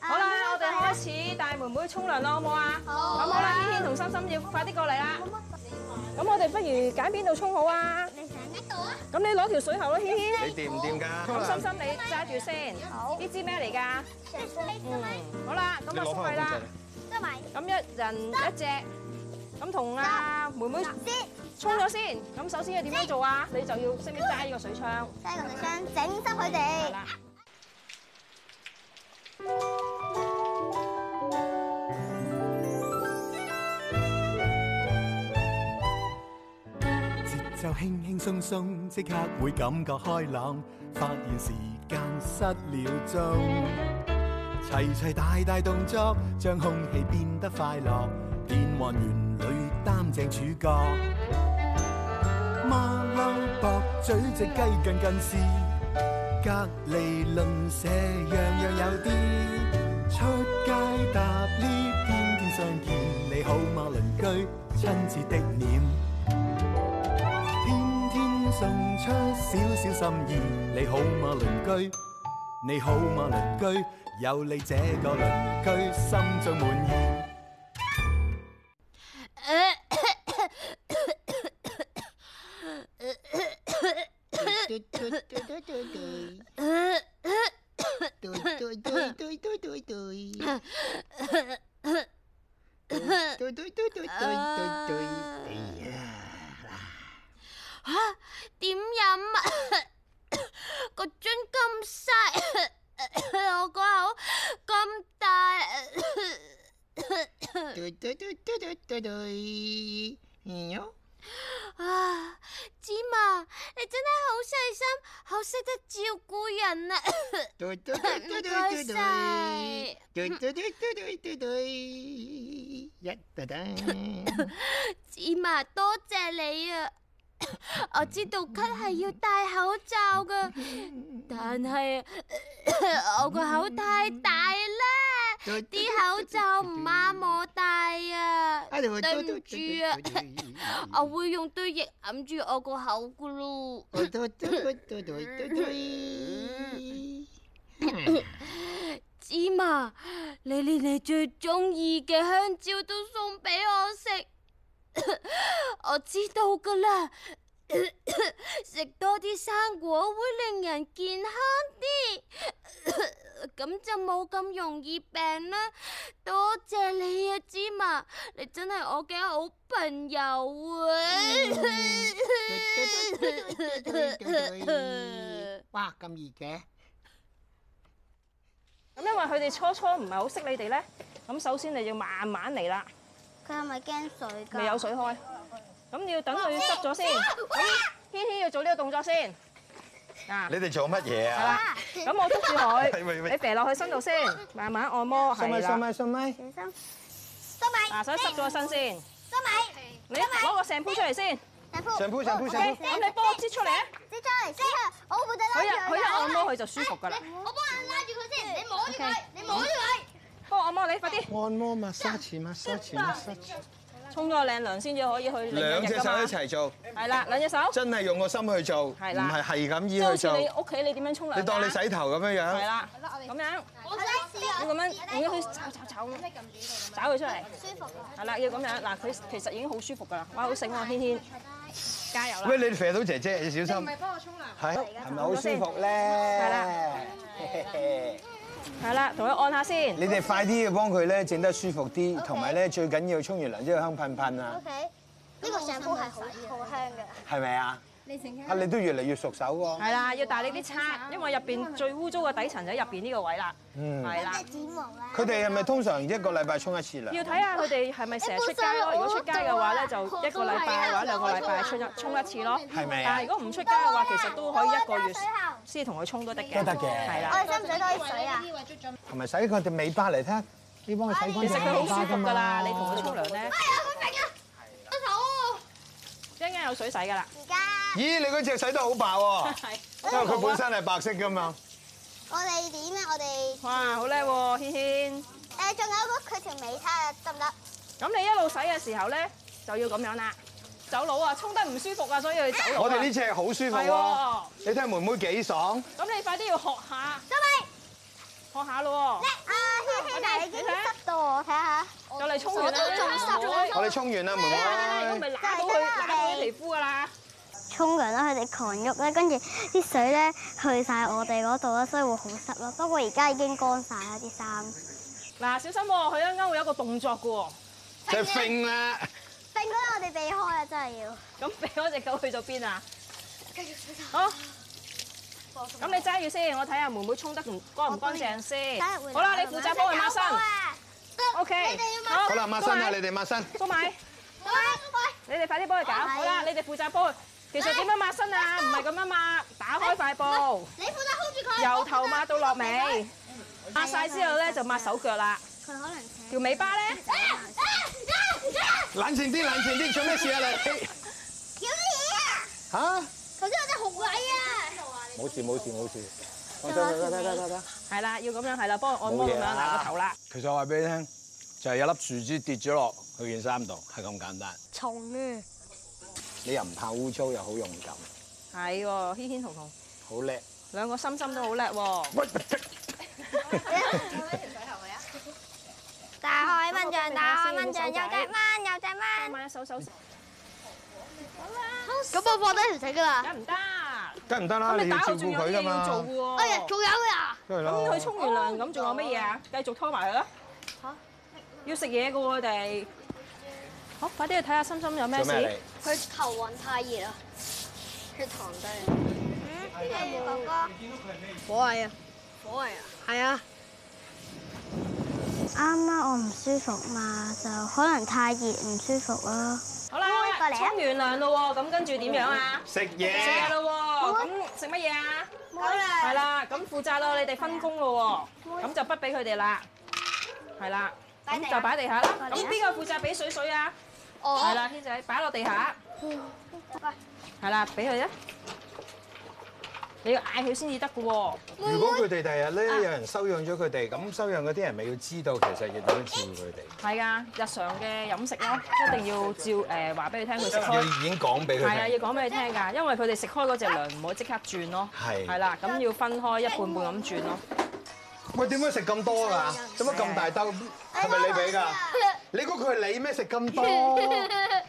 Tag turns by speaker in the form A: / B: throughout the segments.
A: Ờ,
B: 始帶妹妹沖涼咯，好唔好啊？好。咁好啦，天天同心心要快啲過嚟啦。咁我哋不如揀邊度沖好啊？咁你攞條水喉啦，軒軒。
C: 你掂唔掂㗎？
B: 咁心心你揸住先。好。呢支咩嚟㗎？好啦，咁
C: 你
B: 啊
C: 攞
B: 縮
C: 翻
B: 埋
C: 個
B: 啦
C: 公。仔。
B: 咁一人一隻。咁同阿妹妹沖咗先。咁首先要點樣做啊？你就要識唔識揸呢個水槍？係啦。
D: 節奏輕輕鬆鬆，即刻會感覺開朗，發現時間失了蹤。齊齊大大動作，將空氣變得快樂，變幻園裏擔正主角。馬騮駁嘴隻雞近近視，隔離鄰舍樣樣有啲。出街搭 lift，天天相見，你好嗎鄰居？親切的臉。天天送出少少心意，你好嗎鄰居？你好嗎鄰居？有你這個鄰居，心中滿意。
E: 呃吓點飲啊？ 個樽咁細， 我個口咁大， 啊！芝麻，你真係好細心，好識得照顧人啊！ 芝麻，多謝你啊！ 我知道咳係要戴口罩噶，但係 我個口太大啦，啲口罩唔啱我戴啊！對唔住啊，我會用對翼揞住我個口噶咯。芝麻，你連你最中意嘅香蕉都送俾我食， 我知道噶啦。 食多啲生果會令人健康啲， 咁就冇咁容易病啦。多謝你啊，芝麻，你真係我嘅好朋友
F: 嗯
E: 啊！
G: 哇，咁易嘅？
B: 咁因為佢哋初初唔係好識你哋咧，咁首先你要慢慢嚟啦，未有水開，咁要等佢濕咗先。咁軒軒要做呢個動作先。嗱，
C: 你哋做乜嘢
B: 係
C: 啊？
B: 啦，咁我捉住佢，
C: 喂喂喂
B: 你肥落佢身度先，慢慢按摩，係啦。嗱，首先濕咗個身先，你攞個成杯出嚟先。
C: 上鋪上鋪上
B: OK，
C: 鋪。
B: 咁你幫我擠出嚟啊！佢一佢一按摩佢就舒服㗎啦。幫我按摩你，快啲
G: 按摩 massage massage massage，
B: 沖咗個靚涼先至可以去另
C: 兩
B: 一
C: 隻
B: 日㗎
C: 手一
B: 嘛。
C: 齊做，
B: 係啦，兩隻手，
C: 真係用個心去做，唔
B: 係啦
C: 係係咁
B: 即係
C: 依去
B: 好似
C: 做。
B: 你屋企你點樣沖涼㗎。
C: 你當你洗頭咁樣
B: 係
C: 樣，
B: 啦，咁樣要咁樣用一去炒炒炒咁，炒佢出嚟，係啦，要咁樣嗱，佢其實已經好舒服㗎啦，哇，好醒啊，軒軒，加油啦！
C: 喂，你肥到姐姐，你小心。
B: 啊
C: 係係咪好舒服咧？係
B: 啦。係啦，同佢按下先，
C: 你哋快啲要幫佢咧整得舒服啲，同埋咧最緊要沖完涼之後香噴噴啊，係咪啊？啊，你都越嚟越熟手喎。
B: 係啦，要帶你啲刷，因為入邊最污糟嘅底層就喺入邊呢個位啦，係啦，
C: 嗯佢哋係咪通常一個禮拜沖一次涼
B: 要？睇下佢哋係咪成日出街咯，如果出街嘅話咧，就一個禮拜或者兩個禮拜沖一沖一次咯，
C: 係咪
B: 但
C: 啊
B: 係？如果唔出街嘅話，其實都可以一個月先同佢沖都得嘅，
C: 都得嘅
B: 係啦。
A: Ờ,
C: 同埋洗佢哋尾巴嚟睇下，你幫佢洗
B: 其
C: 乾
B: 實佢
C: 淨
B: 好
C: 尾巴
B: 舒
C: 㗎
B: 服㗎啦，
C: 嘛
B: 你同佢沖涼咧，一陣間有水洗㗎啦。
A: Dạ.
C: 咦，你嗰只洗得好白 喎，
B: 係，
C: 因為佢本身係白色㗎嘛。
B: 哇，好叻喎，軒軒。咁你一路洗嘅時候咧，就要咁樣啦。走佬啊，沖得唔舒服啊，所以要走佬啊。
C: 我哋呢只好舒服
B: 係
C: 喎，
B: 喎，
C: 你睇下妹妹幾爽。
A: à,
B: 咁你快啲要學下，學下咯喎。快啲，你睇下，哋沖完啦，
E: 我都仲濕
B: 唔好
E: 咗
C: 我哋沖完啦，妹
B: 如果唔
C: 妹。
B: 係揦到佢揦到啲皮膚噶啦。
F: 沖涼啦，佢哋狂喐咧，跟住啲水咧去晒我哋嗰度啦，所以會好濕咯。不過而家已經乾晒啦啲衫。
B: 嗱，小心喎，佢一陣間會有一個動作嘅喎。
C: 即係揈啦，
F: 定哥，我哋避開啊，真係要。
B: 咁俾我只狗去咗邊啊？繼續好。咁你揸住先，我睇下妹妹沖得唔乾唔乾淨先。好啦，你負責幫佢抹身。O K。好
C: 好啦，抹身啦，你哋抹身。
B: 高米，你哋快啲幫佢搞。
F: 我係
B: 好啦，你哋負責幫佢。其實點樣抹身啊？唔係咁樣抹，打開塊布，由頭抹到落尾。抹晒之後咧，就抹手腳啦。
F: 佢可能請
B: 條尾巴咧，
C: 冷靜啲，冷靜啲，做咩事啊 你？嚇？冇事冇事冇事，我得得得得得得。
B: 係啦，要咁樣係啦，幫佢按摩咁樣嗱個頭啦。
C: 其實我話俾你聽，就係有粒樹枝跌咗落佢件衫度，係咁簡單。
F: 重啊！
C: 你又唔怕污糟，又好勇敢，
B: 係喎，軒軒同同
C: 好叻。
B: 兩個心心都好叻喎。
E: 打開蚊帳，打開蚊帳，有隻蚊，有隻
B: 幫
E: 蚊。
B: 埋一手手，
E: 咁我放低條繩㗎啦。
B: 梗唔得。
C: 梗唔得啦，
B: 咁
C: 你
B: 你打
C: 要
B: 後
C: 照
B: 仲
C: 顧
B: 有啲嘢
C: 佢噶
B: 要做
C: 嘛。
B: 嘅喎。
E: 哎
A: dạ,
E: 呀，仲有㗎。
C: 梗係啦
B: 咁佢沖完涼咁，仲有乜嘢啊？繼續拖埋佢啦。要食嘢嘅喎，我哋。好，快啲去睇下心心有咩
C: 做
B: 事。
C: 咩嚟？
F: 佢頭暈太熱啦，血糖低。哥哥，
H: 火係啊，火係啊，係啊。
F: 啱啱我唔舒服嘛，就可能太熱唔舒服咯。
B: 好啦
F: 妹過，嚟啊
B: 沖完涼咯喎，咁跟住點樣啊？
C: 食
B: 食嘢
C: 嘢。
B: 咯喎，咁食乜嘢啊？係啦，咁負責咯，你哋分工咯喎，咁就不俾佢哋啦。係啦，
F: 擺地
B: 咁
F: 下
B: 就擺地下啦。
F: 過嚟啊
B: 咁邊個負責俾水水啊？
F: 我
B: 係啦，軒仔擺落地下。係啦，俾佢啊！你要嗌佢先至得嘅喎。
C: 如果佢哋第日咧有人收養咗佢哋，咁收養嗰啲人咪要知道其實要點樣照顧佢哋，
B: 係噶，日常嘅飲食咯，一定要照誒話俾佢聽，佢食開。
C: 要已經講俾
B: 係啊，
C: 佢
B: 要
C: 聽。
B: 講俾佢聽㗎，因為佢哋食開嗰只糧唔好即刻轉咯。
C: 係
B: 係啦，咁要分開一半半咁轉咯。
C: 喂，點解食咁多㗎？做乜咁大兜？係咪你俾㗎？你估佢係你咩？食 咁多？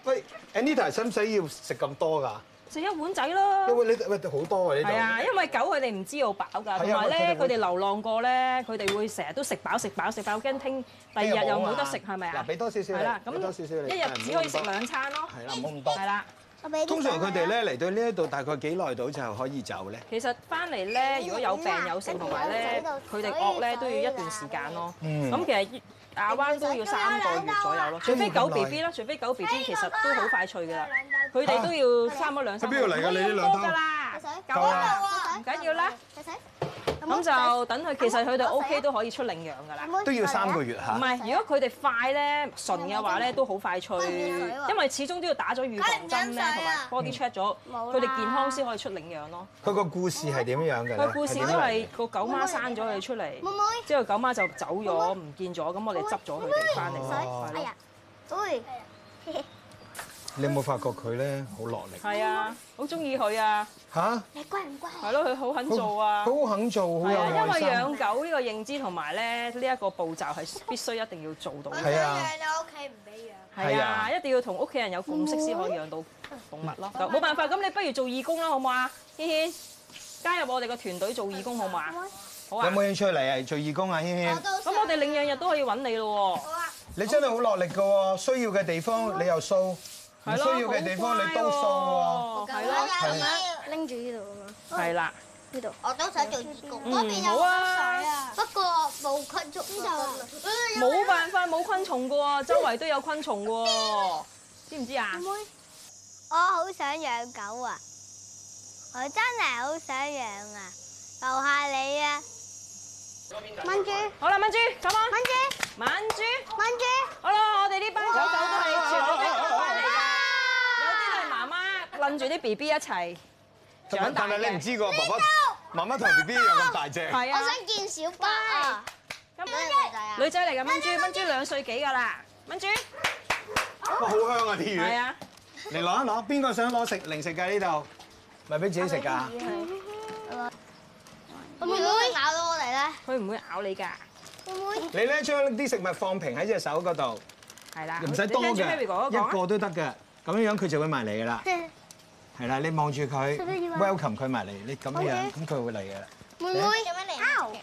C: 喂，Anita 使唔使要食咁多㗎？
B: 食一碗仔咯。
C: 因為你喂好多啊呢度。
B: 係啊，因為狗佢哋唔知道飽㗎，同埋咧啊佢
C: 喂佢哋會
B: 哋流浪過咧，佢哋會成日都食飽食飽食飽，驚聽第二日又冇得食係咪啊？
C: 嗱俾多少少你
B: 係啦，
C: 俾多少少
B: 咁
C: 你
B: 一日只可以食兩餐咯。
C: 係啦，唔好咁多。
B: 係啦。
F: 我俾啲
C: 通常佢哋
F: 水你啊，
C: 咧嚟到呢一度大概幾耐到就可以走咧？
B: 其實翻嚟咧，如果有病有性同埋咧，佢哋惡咧都要一段時間咯。
C: 嗯
B: 咁其實亞灣都要三個月左右咯，除非狗 B B 啦，除非狗 B B 其實都好快脆噶啦，佢哋都要差唔多兩三個月。
C: 啊喺邊度嚟㗎你呢兩
B: 唔好咁多㗎啦，
F: 夠
B: 唔緊要啦。咁
F: 有
B: 就等佢，其實佢哋 O K 都可以出領養㗎啦。
F: 冇
C: 都要三個
F: 水
C: 月
F: 啊。
B: 唔
C: 嚇。
B: 係，如果佢哋快咧純嘅話咧，都好快脆，因為始終都要打咗預防針咧，同埋 body check 咗，佢哋健康先可以出領養咯。
C: 佢個故事係點啊樣嘅咧？
B: 佢故事都係個狗媽生咗佢出嚟，
F: 妹妹，
B: 之後狗媽就走咗，唔見咗，咁我哋執咗佢哋翻嚟，
F: 水
B: 係，
F: 哎
B: 咯
A: à?
F: 呀，喂，
C: 你有冇發覺佢咧好落力？
B: 係啊，好中意佢啊，
C: 嚇，
F: 你乖唔乖？
B: 係咯，佢好肯做啊，
C: 佢好肯做，好
B: 係
C: 有
B: 啊，因
C: 愛
B: 為
C: 心。
B: 養狗呢個認知同埋咧呢一個步驟係必須一定要做到，
C: 係啊，
B: 係
C: 係
B: 啊，
C: 啊
B: 一定要同屋企人有共識先可以養到動物咯。冇辦法，咁你不如做義工啦，好唔好啊？軒軒，加入我哋個團隊做義工好唔好啊？好
C: 有
B: 啊，
C: 冇興趣嚟啊？做義工啊，軒軒，
B: 咁我哋領養日都可以揾你咯喎。
C: 你真係好落力㗎喎！需要嘅地方你又掃，唔
B: 係咯
C: 需要嘅地方你都掃喎。
B: 好乖喎，係咯，
C: 係啊
F: 拎住呢度啊嘛。
B: 係啦，
E: 嗰邊有
B: 好啊，冇辦法冇昆蟲噶喎，周圍都有昆蟲噶喎，知唔知啊？
F: 我
A: Ờ,
F: 好想養狗
A: à.
F: 啊！我真係好想養啊！求下你啊！蚊豬，蚊
B: 好啦，蚊豬，咁啊，
F: 豬，
B: 蚊豬，
F: 蚊豬，
B: 好啦，我哋呢班狗狗都係全部都係狗翻嚟㗎，À! 有啲係媽媽攬住啲 B B 一齊長大
C: 但係你
B: 嘅，
C: 唔知個爸爸媽媽同 B B 一樣咁大隻。
B: 係啊，
F: 見小啊白啊！
B: 咁
F: 仔
B: 女仔嚟㗎，蚊豬，蚊豬兩歲幾㗎啦，蚊豬，
C: 哇，好香啊啲魚！
B: 係啊，
C: 嚟攞一攞，邊個想攞食零食㗎呢度？咪俾自己食㗎。
F: 會唔會咬到我哋咧？
B: 佢唔會咬你㗎，
F: 會唔會？
C: 你咧將啲食物放平喺隻手嗰度，
B: 係啦，
I: 唔使多
B: 你聽住 Mary 哥哥講
I: 嘅，
B: 啊
I: 一個都得嘅。咁樣樣佢就會埋嚟㗎啦。 係啦，你望住佢
F: 使唔使要啊
I: ，welcome 佢埋嚟，你咁樣
F: OK
I: 咁佢會嚟㗎啦。
F: 妹妹，做乜嚟？嗷！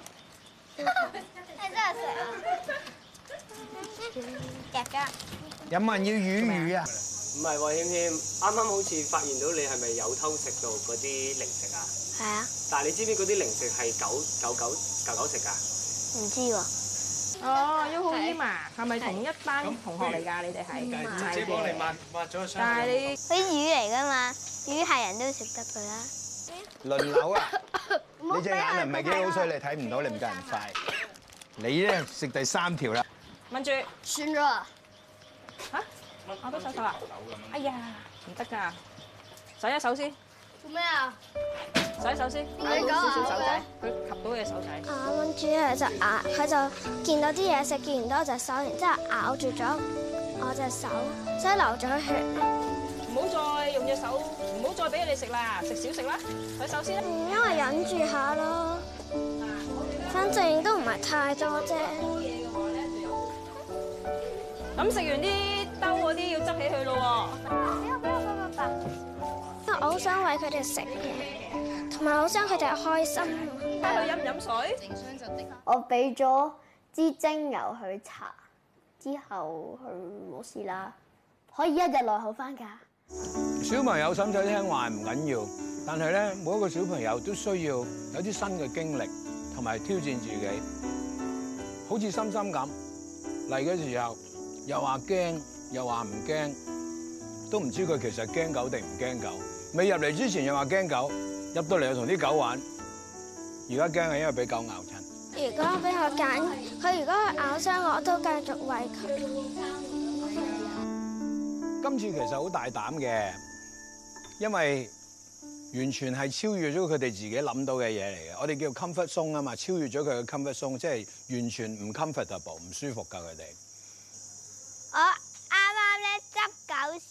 F: 真係食啊！夾㗎。
I: 有冇人要魚魚啊？
J: 唔係喎，謙謙，啱啱好似發現到你係咪有偷食到嗰啲零食啊？
F: 係啊，
J: 但係你知唔知嗰啲零食係狗狗狗狗狗食啊㗎？
F: 唔知喎。
B: 哦，Yahoo Yima 係咪同一班同學嚟㗎？你哋係唔係嘅？
J: 抹抹咗個
B: 但係你
F: 佢魚嚟㗎嘛，魚係人都食得㗎啦。
I: 輪流啊！你隻眼啊唔係幾好衰，你睇唔到，你唔夠人快。你咧食第三條啦，
B: 問住
F: 算咗啊！
B: 吓，我都手手啊！哎呀，唔得㗎，洗一手先，
F: 做咩啊？
B: 洗一手先，
F: 解咁啊
B: 少少手仔，佢及到你手仔。
A: 啊，跟住佢就咬，佢就見到啲嘢食，見唔到我隻手，然之後咬住咗我隻手，所以流咗血。
B: 唔好再用隻手，唔好再俾佢哋食啦，食少食啦，洗手先啦。
A: 嗯因為忍住下咯，反正都唔係太多啫。
B: 咁食完啲兜嗰啲要執起佢咯
A: 因為我好想餵佢哋食嘢，同埋好想佢哋開心。
B: 喎，睇佢飲唔飲水。
F: 我俾咗支精油佢搽，之後佢冇事啦，可以一日內好翻㗎。
C: 小朋友心水聽話唔緊要，但係咧每一個小朋友都需要有啲新嘅經歷同埋挑戰自己。好似心心咁嚟嘅時候，又話驚，又話唔驚，都唔知佢其實驚狗定唔驚狗。未入嚟之前又話驚狗，入到嚟又同啲狗玩，而家驚係因為俾狗咬親。
A: 如果俾我揀，佢如果佢咬傷我，我都繼續餵佢。
C: 今次其實好大膽嘅，因為完全係超越咗佢哋自己諗到嘅嘢嚟嘅。我哋叫 comfort zone 啊嘛，超越咗佢嘅 comfort zone，即係完全唔 comfortable，唔舒服㗎佢哋。
F: 我啱啱咧執狗屎、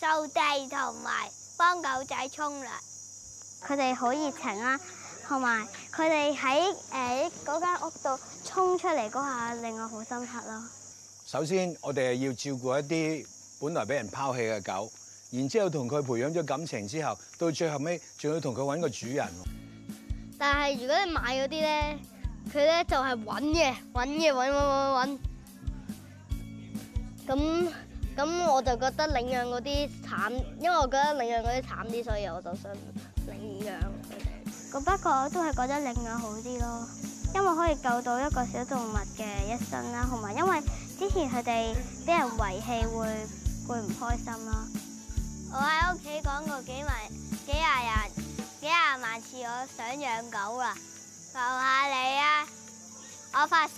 F: 掃地同埋幫狗仔沖涼。佢哋好熱情啦，同埋佢哋喺誒嗰間屋度衝出嚟嗰下，令我好深刻咯。
C: 首先，我哋係要照顧一啲本來俾人拋棄嘅狗，然之後同佢培養咗感情之後，到最後尾仲要同佢揾個主人。
F: 但係如果你買嗰啲咧，佢咧就係揾嘅，揾嘅，揾揾揾揾。咁咁我就覺得領養嗰啲慘，因為我覺得領養嗰啲慘啲，所以我就想領養佢哋。咁不過我都係覺得領養好啲咯，因為可以救到一個小動物嘅一生啦，同埋因為之前佢哋俾人遺棄會會唔開心啦。我喺屋企講過幾萬幾廿人。幾廿萬次我想養狗啦，求下你啊！我發誓，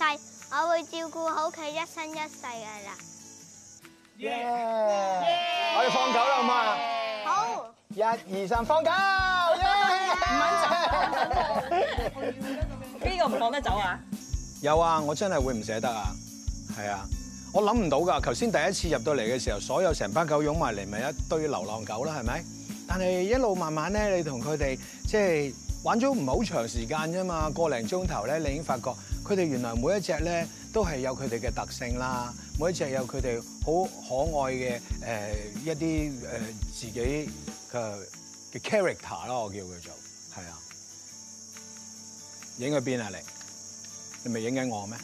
F: 我會照顧好佢一生一世噶啦。
I: 我哋放狗啦，好嘛？
F: 好。
I: 一二三，放狗！唔肯
B: 邊個唔放得走啊？
C: 有啊，我真係會唔捨得啊，係啊，我諗唔到㗎。頭先第一次入到嚟嘅時候，所有成班狗擁埋嚟，咪一堆流浪狗啦，係咪？但係一路慢慢咧，你同佢哋即係玩咗唔係好長時間啫嘛，個零鐘頭咧，你已經發覺佢哋原來每一隻咧都係有佢哋嘅特性啦，每一隻有佢哋好可愛嘅誒、呃一啲誒、呃自己嘅嘅 character 啦，我叫佢做係啊，影去邊啊你？你咪影緊我咩？